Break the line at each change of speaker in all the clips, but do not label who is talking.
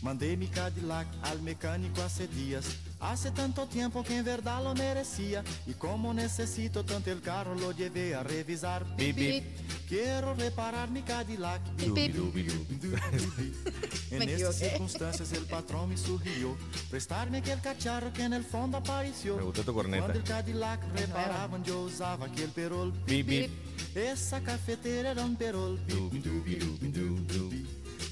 Mandei mi Cadillac al mecánico hace días. Hace tanto tiempo que en verdad lo merecía. Y como necesito tanto el carro, lo llevé a revisar. Bip, bip. Quiero reparar mi Cadillac. Bip, bip. En
Me
estas
equivoqué.
circunstancias el patrón me sugirió prestarme aquel cacharro que en el fondo apareció.
Me gustó tu corneta.
Cuando el Cadillac reparaban, yo usaba aquel perol.
Bip, bip.
Essa cafeteira era um perol. Bip,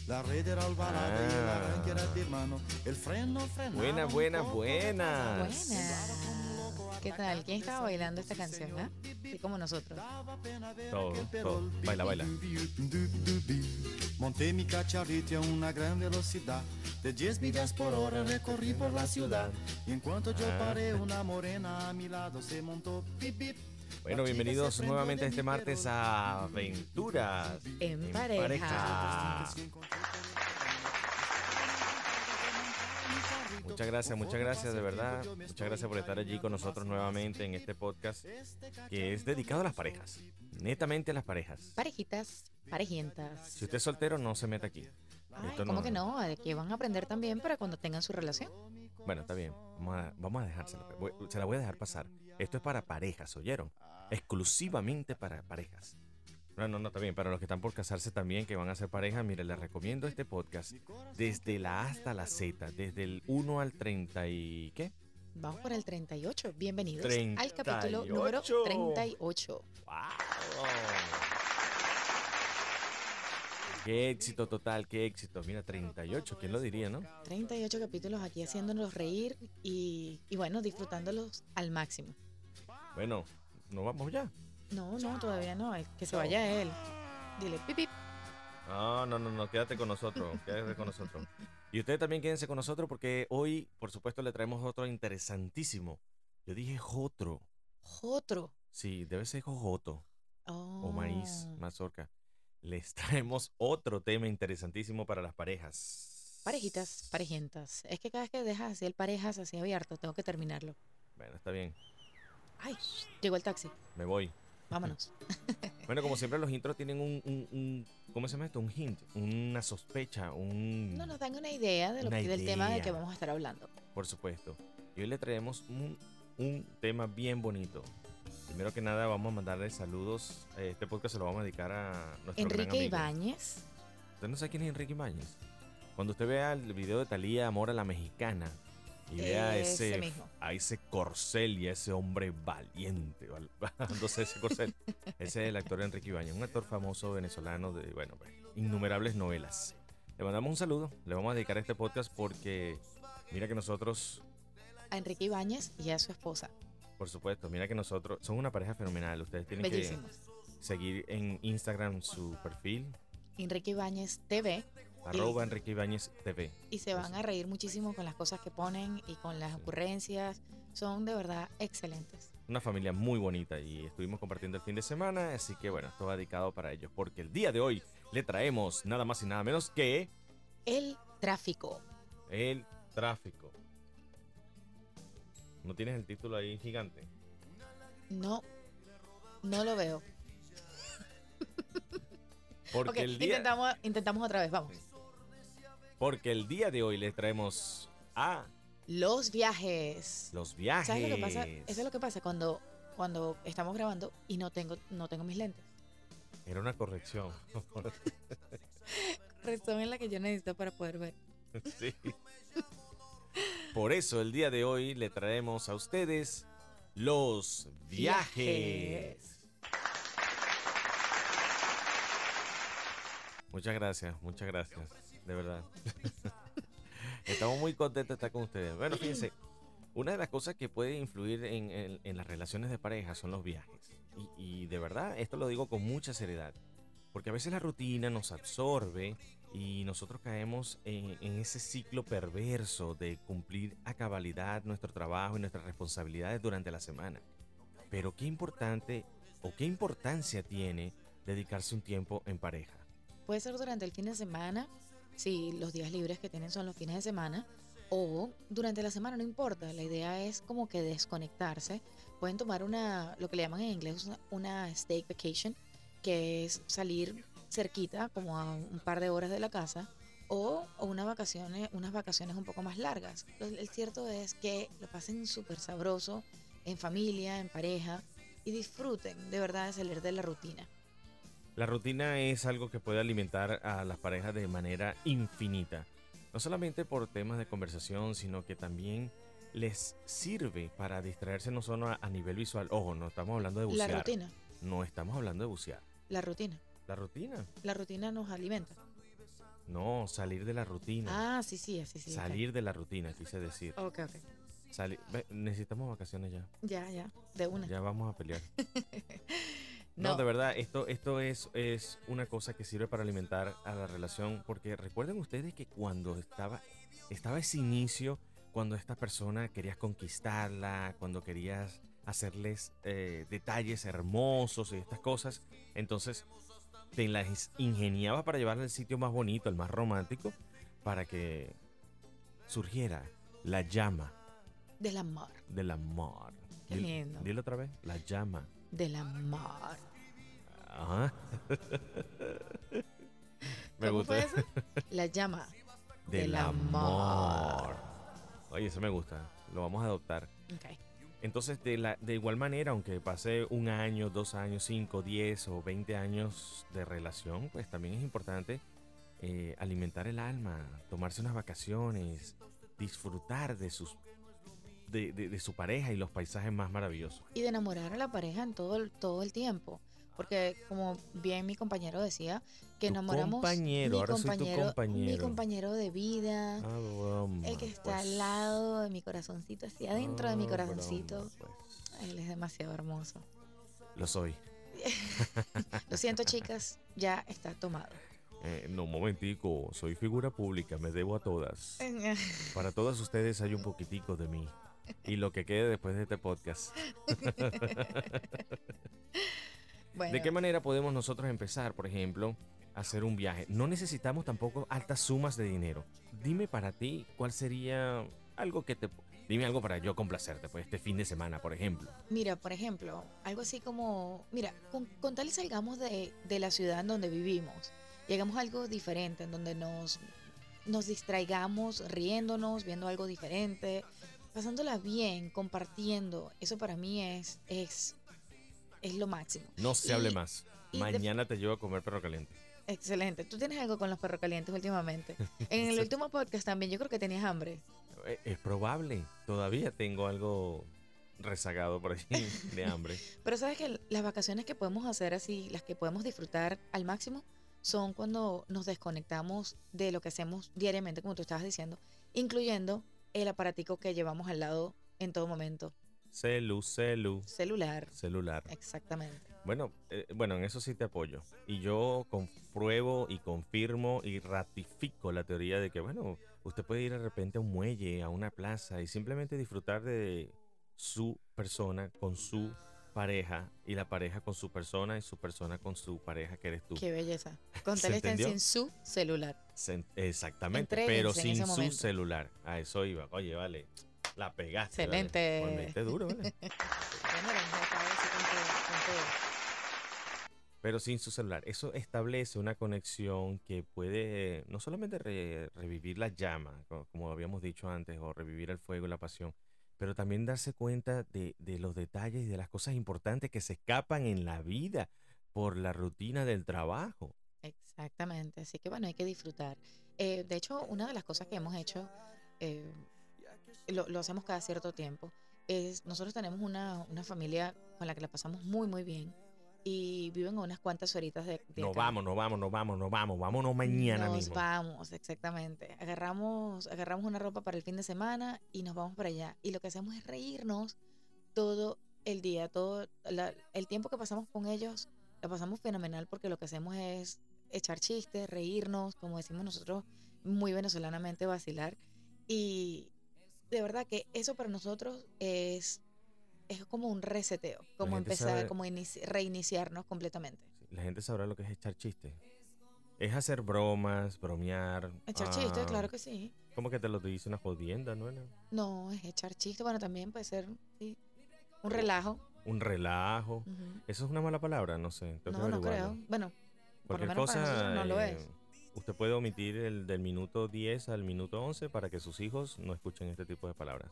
La red era alvarada y el
Ah.
arranque era de mano. El freno frenaba.
Buena,
un
buena,
poco. Ah.
buenas.
Buenas. ¿Qué tal? ¿Quién estaba bailando esta canción? ah? Así como nosotros.
Daba pena ver
Todo,
aquel
todo.
perol. Bip,
Baila, baila.
Montei mi cacharrito a una gran velocidad. De 10 millas por hora recorrí por la ciudad. Y en cuanto
Ah.
yo paré, una morena a mi lado se montó. Bip, bip.
Bueno, bienvenidos nuevamente este martes a Aventuras
En pareja.
Muchas gracias, muchas gracias, de verdad. Muchas gracias por estar allí con nosotros nuevamente en este podcast que es dedicado a las parejas. Netamente a las parejas.
Parejitas, parejientas.
Si usted es soltero, no se meta aquí.
Ay,
Esto
¿Cómo que no? De que van a aprender también para cuando tengan su relación.
Bueno, está bien. Vamos a, vamos a dejársela. pues. Voy- se la voy a dejar pasar. Esto es para parejas, ¿oyeron? Exclusivamente para parejas. No, no, no, está bien. Para los que están por casarse también, que van a ser pareja, mire, les recomiendo este podcast. Desde la A hasta la Z, desde el 1 al 30 y... ¿qué?
Vamos por el 38. Bienvenidos al
38.
capítulo número 38.
¡Wow! ¡Qué éxito total! ¡Qué éxito! Mira, 38, ¿quién lo diría, no?
38 capítulos aquí haciéndonos reír y, y bueno, disfrutándolos al máximo.
Bueno, nos vamos ya.
No, no, todavía no. Es que se vaya él. Dile, pipip.
No, no, no, no, quédate con nosotros, quédate con nosotros. Y ustedes también quédense con nosotros porque hoy, por supuesto, le traemos otro interesantísimo. Yo dije otro.
Otro.
Sí, debe ser jojoto o maíz,
Oh.
mazorca. Les traemos otro tema interesantísimo para las parejas.
Parejitas, parejientas. Es que cada vez que dejas así el parejas así abierto, tengo que terminarlo.
Bueno, está bien,
Ay, llegó el taxi.
me voy.
Vámonos.
Mm. Bueno, como siempre, los intros tienen un, un- un- ¿cómo se llama esto? Un hint, una sospecha, un...
No nos dan una idea de lo
Una
que- del tema de que
idea.
vamos a estar hablando.
por supuesto. Y hoy le traemos un, un tema bien bonito. Primero que nada, vamos a mandarle saludos. Eh, Este podcast se lo vamos a dedicar a nuestro gran
Enrique
amigo.
Ibáñez.
Usted no sabe quién es Enrique Ibáñez. Cuando usted vea el video de Talía Amor a la Mexicana y vea
Ese
ese,
mismo.
a ese corcel y a ese hombre valiente, val- bajándose ese corcel, ese es el actor Enrique Ibáñez, un actor famoso venezolano de, bueno, pues, innumerables novelas. Le mandamos un saludo, le vamos a dedicar este podcast porque mira que nosotros
A Enrique Ibáñez y a su esposa.
Por supuesto, mira que nosotros son una pareja fenomenal. Ustedes tienen
Bellísimos.
que seguir en Instagram su perfil,
Enrique Ibáñez TV.
arroba Enrique Ibáñez TV.
Y se van
Eso.
a reír muchísimo con las cosas que ponen y con las
Pues Sí.
ocurrencias. Son de verdad excelentes.
Una familia muy bonita y estuvimos compartiendo el fin de semana, así que bueno, esto va dedicado para ellos, porque el día de hoy le traemos nada más y nada menos que
El tráfico.
el tráfico. ¿No tienes el título ahí gigante?
No, no lo veo.
Porque,
Ok,
el día,
intentamos, intentamos otra vez, vamos.
porque el día de hoy le traemos a
Los viajes.
los viajes.
¿Sabes lo que pasa? Eso es lo que pasa cuando, cuando estamos grabando y no tengo, no tengo mis lentes.
Era una corrección.
Resumen la que yo necesito para poder ver.
Sí. Por eso el día de hoy le traemos a ustedes los viajes. Muchas gracias, muchas gracias, de verdad. Estamos muy contentos de estar con ustedes. Bueno, fíjense, una de las cosas que puede influir en, en- en las relaciones de pareja son los viajes. Y, y de verdad, esto lo digo con mucha seriedad. Porque a veces la rutina nos absorbe y nosotros caemos en, en ese ciclo perverso de cumplir a cabalidad nuestro trabajo y nuestras responsabilidades durante la semana. Pero qué importante o qué importancia tiene dedicarse un tiempo en pareja.
Puede ser durante el fin de semana, si los días libres que tienen son los fines de semana, o durante la semana, no importa. La idea es como que desconectarse. Pueden tomar una, lo que le llaman en inglés, una, una steak vacation, que es salir cerquita, como a un par de horas de la casa, o, o unas vacaciones, unas vacaciones un poco más largas. Lo- El cierto es que lo pasen súper sabroso en familia, en pareja y disfruten de verdad de salir de la rutina.
La rutina es algo que puede alimentar a las parejas de manera infinita. No solamente por temas de conversación, sino que también les sirve para distraerse no solo a, a nivel visual. Ojo, no estamos hablando de
La
bucear.
rutina,
No estamos hablando de bucear.
la rutina,
La rutina.
la rutina nos alimenta.
No, salir de la rutina.
Ah, sí, sí, sí, sí. ok.
salir de la rutina, quise decir.
Ok, ok.
Sali- Ve, necesitamos vacaciones ya.
Ya, ya, de una.
Ya vamos a pelear. No,
No.
de verdad, esto, esto es, es una cosa que sirve para alimentar a la relación, porque recuerden ustedes que cuando estaba, estaba ese inicio, cuando esta persona querías conquistarla, cuando querías hacerles eh, detalles hermosos y estas cosas, entonces te las ingeniabas para llevarla al sitio más bonito, el más romántico, para que surgiera la llama
Del amor,
del amor.
Qué
Dil-
lindo.
Dilo otra vez, la llama.
del amor.
Ajá. Me
¿Cómo
gusta.
fue eso? La llama.
Del
Del
amor.
amor.
Oye, eso me gusta. Lo vamos a adoptar.
Ok.
Entonces, de, la, de igual manera, aunque pase un año, dos años, cinco, diez o veinte años de relación, pues también es importante eh, alimentar el alma, tomarse unas vacaciones, disfrutar de sus de, de- de su pareja y los paisajes más maravillosos.
y de enamorar a la pareja en todo el, todo el tiempo. Porque como bien mi compañero decía, que
Tu
enamoramos
compañero,
mi
ahora soy tu
mi
compañero.
compañero de vida,
Ah, broma,
el que está
pues.
al lado de mi corazoncito, así adentro de mi
Ah,
corazoncito.
broma, pues.
Él es demasiado hermoso.
Lo soy.
Lo siento, chicas, ya está tomado.
Eh, no, un momentico, soy figura pública, me debo a todas. Para todas ustedes hay un poquitico de mí. Y lo que quede después de este podcast.
bueno,
¿De qué manera podemos nosotros empezar, por ejemplo, a hacer un viaje? No necesitamos tampoco altas sumas de dinero. Dime para ti cuál sería algo que te... Dime algo para yo complacerte, pues este fin de semana, por ejemplo.
mira, por ejemplo, algo así como, mira, con, con tal y salgamos de, de la ciudad en donde vivimos, llegamos a algo diferente, en donde nos, nos distraigamos riéndonos, viendo algo diferente, pasándola bien, compartiendo, eso para mí es, es, es lo máximo.
No se
Y-
hable más.
y de-
Mañana te llevo a comer perro caliente.
Excelente. Tú tienes algo con los perros calientes últimamente. En el último podcast también, yo creo que tenías hambre.
Eh, Es probable. Todavía tengo algo rezagado por allí de hambre.
Pero sabes que las vacaciones que podemos hacer así, las que podemos disfrutar al máximo, son cuando nos desconectamos de lo que hacemos diariamente, como tú estabas diciendo, incluyendo el aparatico que llevamos al lado en todo momento,
Celu, celu,
celular.
celular.
Exactamente.
Bueno, eh, bueno, en eso sí te apoyo. Y yo compruebo y confirmo y ratifico la teoría de que, bueno, usted puede ir de repente a un muelle, a una plaza y simplemente disfrutar de su persona con su pareja y la pareja con su persona y su persona con su pareja que eres tú.
Qué belleza. Con
¿Se
tal estén
entendió?
sin su celular.
Se- Exactamente,
Entréguense
pero
en
sin
ese
su
momento.
celular. A eso iba. Oye, vale, la pegaste. vale.
Excelente.
Ponete duro, vale.
Bueno, la mujer acaba de decir con todo, con todo.
pero sin su celular. Eso establece una conexión que puede no solamente re- revivir la llama, co- como habíamos dicho antes, o revivir el fuego y la pasión, pero también darse cuenta de, de los detalles y de las cosas importantes que se escapan en la vida por la rutina del trabajo.
Exactamente, así que bueno, hay que disfrutar. Eh, de hecho, una de las cosas que hemos hecho, eh, lo, lo hacemos cada cierto tiempo, es nosotros tenemos una, una familia con la que la pasamos muy, muy bien y viven a unas cuantas horitas de, de
Nos
acá.
vamos, nos vamos, nos vamos, nos vamos, vámonos mañana
Nos
mismo.
vamos, exactamente. Agarramos, agarramos una ropa para el fin de semana y nos vamos para allá. Y lo que hacemos es reírnos todo el día, todo la- el tiempo que pasamos con ellos, lo pasamos fenomenal porque lo que hacemos es echar chistes, reírnos, como decimos nosotros muy venezolanamente, vacilar. Y de verdad que eso para nosotros es, es como un reseteo, como
gente
empezar,
sabe-
como inici- reiniciarnos completamente.
La gente sabrá lo que es echar chistes. Es hacer bromas, bromear.
Echar chistes,
ah,
claro que sí.
Como que te lo dice una jodienda, ¿no? Ana?
No, es echar chiste. Bueno, también puede ser sí, un relajo.
Un relajo.
Ujú.
Eso es una mala palabra, no sé. tengo que
No, no
averiguarlo.
creo. Bueno, por lo
Cualquier
menos para
cosa,
nosotros no lo
eh,
es.
Usted puede omitir el del minuto 10 al minuto 11 para que sus hijos no escuchen este tipo de palabras.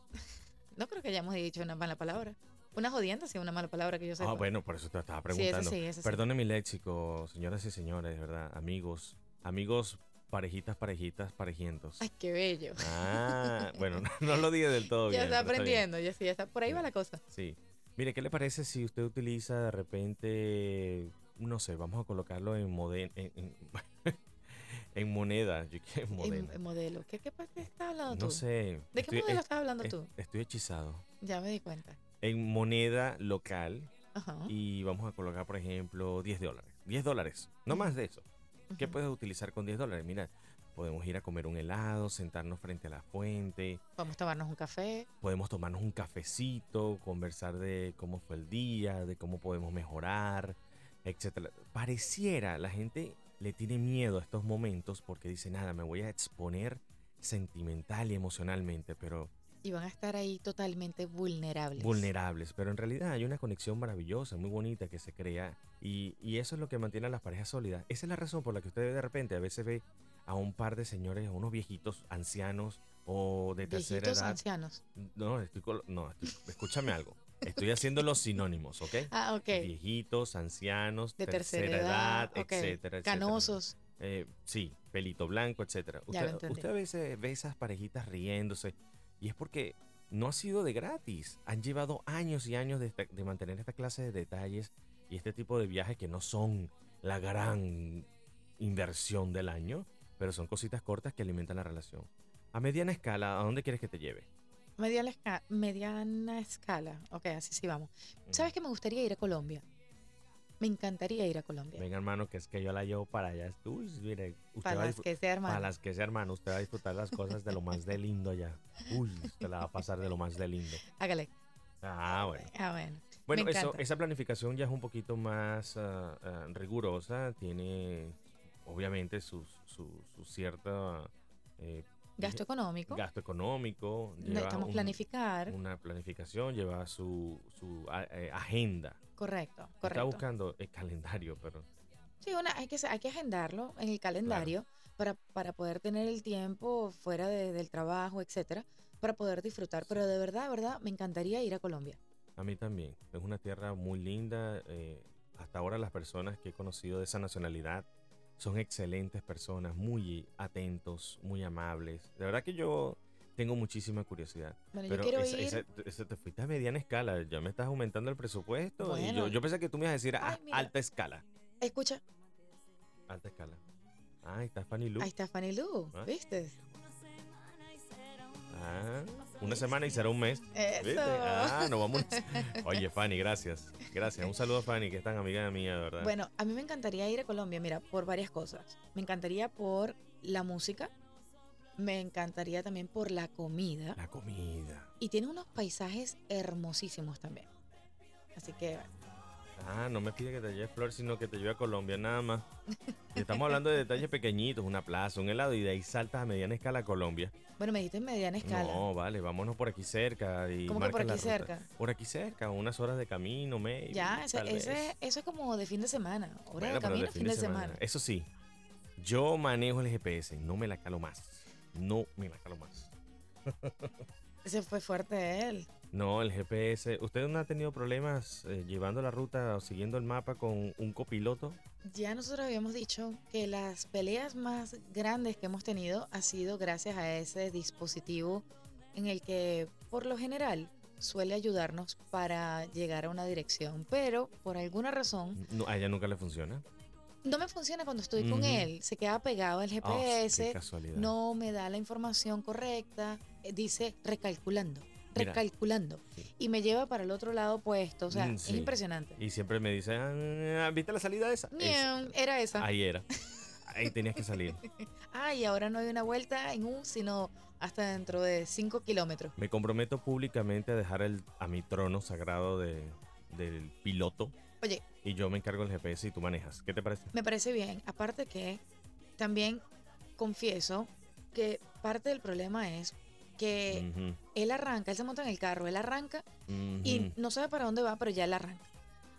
No creo que hayamos dicho una mala palabra. Una jodienda sí, una mala palabra que yo sé.
Ah, bueno, por eso te estaba preguntando.
Sí, eso sí, eso sí.
Perdone mi léxico, señoras y señores, ¿verdad? Amigos, amigos, parejitas, parejitas, parejientos.
Ay, qué bello.
Ah, bueno, no, no lo dije del todo
ya
bien.
está
pero bien.
aprendiendo, ya sí, ya está. Por ahí va la cosa.
Sí. Mire, ¿qué le parece si usted utiliza de repente, no sé, vamos a colocarlo en moden- en, en- en moneda? Yo qué
En-
moneda.
en modelo. ¿Qué, qué parte estás hablando tú?
No sé.
¿De qué
estoy-
modelo
es-
estás hablando
es-
tú?
Estoy hechizado.
Ya me di cuenta.
En moneda local
Ajá.
y vamos a colocar, por ejemplo, 10 dólares. 10 dólares, no más de eso. ¿Qué
ujú.
puedes utilizar con 10 dólares? Mira, podemos ir a comer un helado, sentarnos frente a la fuente,
Vamos a tomarnos un café.
podemos tomarnos un cafecito, conversar de cómo fue el día, de cómo podemos mejorar, etcétera. Pareciera, la gente le tiene miedo a estos momentos porque dice, nada, me voy a exponer sentimental y emocionalmente, pero
Y van a estar ahí totalmente vulnerables.
vulnerables. Pero en realidad hay una conexión maravillosa, muy bonita que se crea y, y eso es lo que mantiene a las parejas sólidas. Esa es la razón por la que usted de repente a veces ve a un par de señores, a unos viejitos ancianos o de tercera
Viejitos
edad.
ancianos.
No, estoy colo- no estoy- escúchame algo. Estoy haciendo los sinónimos, ¿ok?
Ah, ok.
Viejitos, ancianos,
De tercera, edad, ok.
etcétera, etcétera.
Canosos.
Eh, sí, pelito blanco, etcétera.
Ya lo
Usted,
entendí.
usted a veces ve esas parejitas riéndose y es porque no ha sido de gratis. Han llevado años y años de, esta- de mantener esta clase de detalles y este tipo de viajes que no son la gran inversión del año, pero son cositas cortas que alimentan la relación. A mediana escala, ¿a dónde quieres que te lleve?
Mediana, esca- mediana escala. Ok, así sí vamos.
Mm.
¿Sabes que me gustaría ir a Colombia? Me encantaría ir a Colombia.
Venga, hermano, que es que yo la llevo para allá. Tú, mire, usted va
Para
a
las
disfr-
que sea, hermano.
Para las que sea, hermano, usted va a disfrutar las cosas de lo más de lindo allá. Uy, usted la va a pasar de lo más de lindo.
Hágale.
Ah, bueno.
Ah, bueno.
Bueno,
Me
eso,
encanta.
esa planificación ya es un poquito más ah, ah, rigurosa. Tiene, obviamente, su, su, su cierta... eh,
Gasto económico.
gasto económico. lleva
Necesitamos
un-
planificar.
Una planificación, lleva su, su ah, eh, agenda.
correcto,
Está
correcto.
buscando el calendario, pero...
Sí, una, hay, que, sa- hay que agendarlo en el calendario para, para poder tener el tiempo fuera de- del trabajo, etcétera, para poder disfrutar. Pero de verdad, de verdad, me encantaría ir a Colombia.
A mí también. Es una tierra muy linda. eh, hasta ahora las personas que he conocido de esa nacionalidad son excelentes personas, muy atentos, muy amables. De verdad que yo tengo muchísima curiosidad.
Bueno,
Pero
Pues yo quiero
esa-
ir.
esa- esa te fuiste a mediana escala. Ya me estás aumentando el presupuesto. y yo,
Bueno.
yo pensé que tú me ibas a decir "Ah,
Ay, mira.
alta escala.
Escucha,
Alta escala. Ah, está Fanny Lu.
ahí está Fanny Lu,
¿Ah?
¿viste?
Ah, una semana y será un mes. ¿Viste?
Eso.
Ah, nos vamos. Oye, Fanny, gracias. Gracias. Un saludo a Fanny, que es tan amiga mía, de ¿verdad?
Bueno, a mí me encantaría ir a Colombia, mira, por varias cosas. Me encantaría por la música, me encantaría también por la comida
La comida.
y tiene unos paisajes hermosísimos también. Así que bueno,
Ah, no me pide que te lleve flor, sino que te lleve a Colombia nada más. Y estamos hablando de detalles pequeñitos, una plaza, un helado, y de ahí saltas a mediana escala a Colombia.
bueno, me dijiste en mediana escala.
No, vale, vámonos por aquí cerca. Y
Como que por
marca la
aquí
ruta.
cerca.
Por aquí cerca, unas horas de camino, maybe,
Ya, ese-
tal vez.
ese- eso es como de fin de semana. Hora
Bueno,
de
pero
camino, fin de, semana.
Eso sí, yo manejo el GPS, no me la calo más. No me la calo más.
Ese fue fuerte él.
No, el GPS. ¿Usted no ha tenido problemas eh, llevando la ruta o siguiendo el mapa con un copiloto?
Ya nosotros habíamos dicho que las peleas más grandes que hemos tenido ha sido gracias a ese dispositivo en el que por lo general suele ayudarnos para llegar a una dirección, pero por alguna razón
No, a ella nunca le funciona.
no me funciona cuando estoy con
Ujú.
él, se queda pegado el
Ah,
GPS,
qué casualidad.
no me da la información correcta, eh, dice recalculando,
Mira.
recalculando
Sí.
y me lleva para el otro lado opuesto, o sea,
Mm,
es
sí.
impresionante.
Y siempre me dicen, "Ah, ¿viste la salida esa? Esa.
Miau, Era esa.
Ahí era. Ahí tenías que salir.
Ah, y ahora no hay una vuelta en un, sino hasta dentro de 5 kilómetros.
Me comprometo públicamente a dejar el, a mi trono sagrado de, del piloto
Oye,
y yo me encargo del GPS y tú manejas. ¿Qué te parece?
me parece bien. Aparte que también confieso que parte del problema es que
Ujú,
él arranca, él se monta en el carro, él arranca y
ujú.
no sabe para dónde va, pero ya él arranca.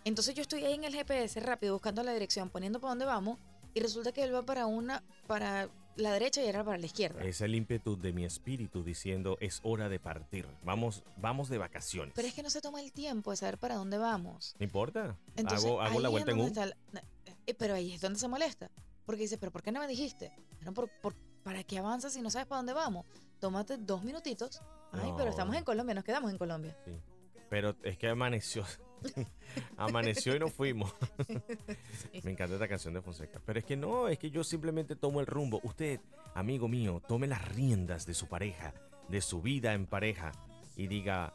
Entonces yo estoy ahí en el GPS rápido buscando la dirección, poniendo para dónde vamos Y resulta que él va para una, para la derecha y era para la izquierda.
Es el ímpetu de mi espíritu diciendo es hora de partir. Vamos, vamos de vacaciones.
Pero es que no se toma el tiempo de saber para dónde vamos.
No importa.
Entonces,
hago hago
ahí
la
es
vuelta en
donde
un.
está la- eh, pero ahí es donde se molesta. Porque dice, pero ¿por qué no me dijiste? Bueno, por- por- ¿Para qué avanzas si no sabes para dónde vamos? Tómate dos minutitos. Ay, pero
No.
estamos en Colombia, nos quedamos en Colombia.
Pero es que amaneció. amaneció y nos fuimos. Me encanta esta canción de Fonseca. Pero es que no, es que yo simplemente tomo el rumbo. Usted, amigo mío, tome las riendas de su pareja, de su vida en pareja y diga,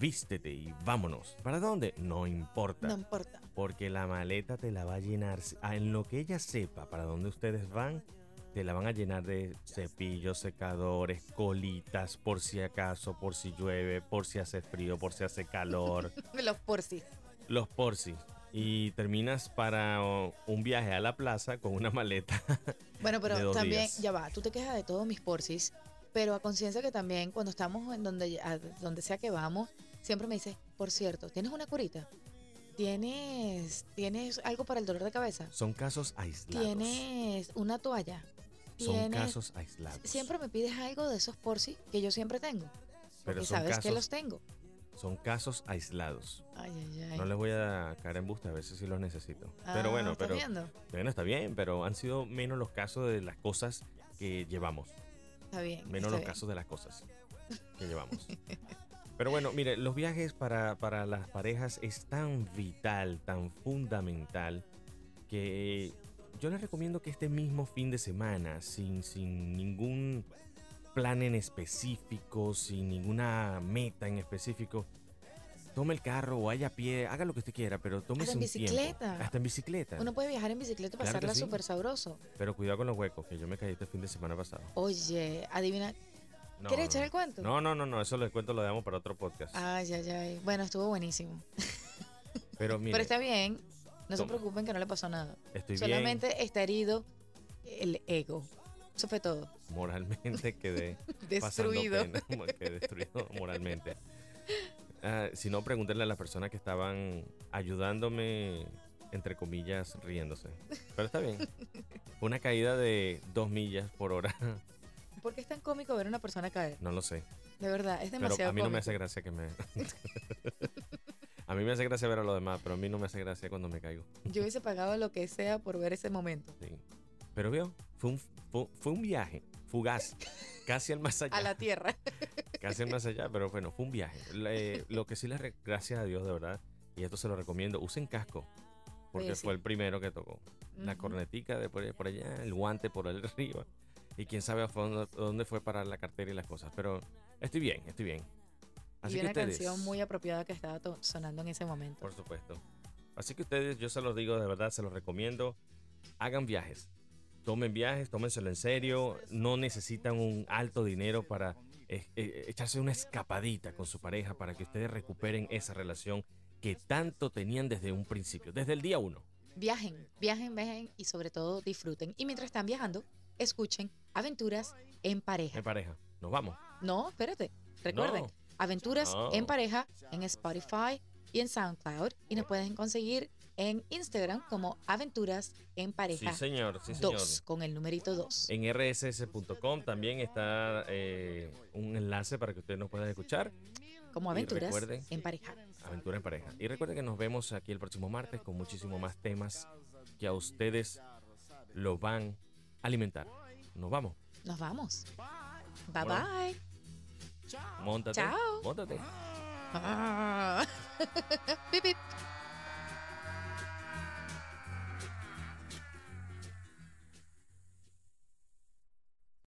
vístete y vámonos. ¿Para dónde? No importa.
No importa.
Porque la maleta te la va a llenar. Ah, En lo que ella sepa para dónde ustedes van, te la van a llenar de cepillos, secadores, colitas, por si acaso, por si llueve, por si hace frío, por si hace calor,
Los por sí.
los por si. Y terminas para oh, un viaje a la plaza con una maleta.
Bueno,
de
pero
dos
también,
días.
ya va, tú te quejas de todos mis porcis, pero a conciencia que también cuando estamos en donde, a donde sea que vamos, siempre me dices, por cierto, ¿tienes una curita? ¿Tienes, ¿Tienes algo para el dolor de cabeza?
Son casos aislados.
¿Tienes una toalla?
Son
¿Tienes-
casos aislados.
Siempre me pides algo de esos porcis que yo siempre tengo.
Pero
Porque
son
sabes que
casos-
los tengo.
Son casos aislados.
Ay, ay, ay.
No les voy a caer en busta, a veces sí los necesito.
Ah,
pero bueno,
¿estás
pero
viendo?
Bueno, está bien, pero han sido menos los casos de las cosas que llevamos.
Está bien.
Menos
está
los
bien.
casos de las cosas que llevamos. Pero bueno, mire, los viajes para, para las parejas es tan vital, tan fundamental, que yo les recomiendo que este mismo fin de semana, sin, sin ningún plan en específico, sin ninguna meta en específico, tome el carro, vaya a pie, haga lo que usted quiera, pero tome
en bicicleta.
Hasta en bicicleta.
Uno puede viajar en bicicleta y
Claro que
pasarla
sí.
súper sabroso.
Pero cuidado con los huecos, que yo me caí este fin de semana pasado.
Oye, adivina,
No,
¿quieres
no,
echar el cuento? Ah,
No, no, no, no, eso les cuento, lo dejamos para otro podcast.
Ay, ay, ay. Bueno, estuvo buenísimo.
Pero mire,
Pero está bien. No se
Toma.
preocupen que no le pasó nada.
estoy
Solamente está herido el ego. Eso fue todo.
bien moralmente quedé pasando
Destruido.
pena, como que destruido moralmente. Ah, si no, pregúntenle a las personas que estaban ayudándome, entre comillas, riéndose. Pero está bien. Fue Una caída de dos millas por hora,
¿Por qué es tan cómico ver a una persona caer?
no lo sé.
De verdad, es
Pero
demasiado
a mí no
cómico.
me hace gracia que me... a mí me hace gracia ver a los demás, pero a mí no me hace gracia cuando me caigo.
Yo hubiese pagado lo que sea por ver ese momento.
Sí. Pero veo, fue un, fu- fue un viaje fugaz, casi al más allá.
A la tierra.
Casi al más allá, pero bueno, fue un viaje. Le- lo que sí les, re- gracias a Dios, de verdad, y esto se lo recomiendo, usen casco, porque
Oye, sí.
fue el primero que tocó. La
Ujú.
cornetica de por, por allá, el guante por el arriba, y quién sabe a fondo dónde fue parar la cartera y las cosas. Pero estoy bien, estoy bien. Así
y
que
una
ustedes,
canción muy apropiada que estaba to- sonando en ese momento.
por supuesto. Así que ustedes, yo se los digo de verdad, se los recomiendo. Hagan viajes. Tomen viajes, tómenselo en serio. No necesitan un alto dinero para eh, eh, echarse una escapadita con su pareja para que ustedes recuperen esa relación que tanto tenían desde un principio, desde el día uno.
Viajen, viajen, viajen y sobre todo disfruten. Y mientras están viajando, escuchen Aventuras en Pareja.
En pareja, nos vamos.
No, espérate. Recuerden,
No.
Aventuras en
No.
Pareja en Spotify y en SoundCloud. Y nos pueden conseguir en Instagram como Aventuras en
Sí,
Pareja
señor, sí, señor. Eh,
2, con el numerito 2.
En rss.com también está eh, un enlace para que ustedes nos puedan escuchar.
Como
y
Aventuras
recuerden-
en Pareja.
Aventura en pareja. Y recuerden que nos vemos aquí el próximo martes con muchísimo más temas que a ustedes lo van a alimentar. Nos vamos.
Nos vamos. Bye
Bueno.
bye.
Móntate.
Chao.
Móntate.
Ah. Pip, pip.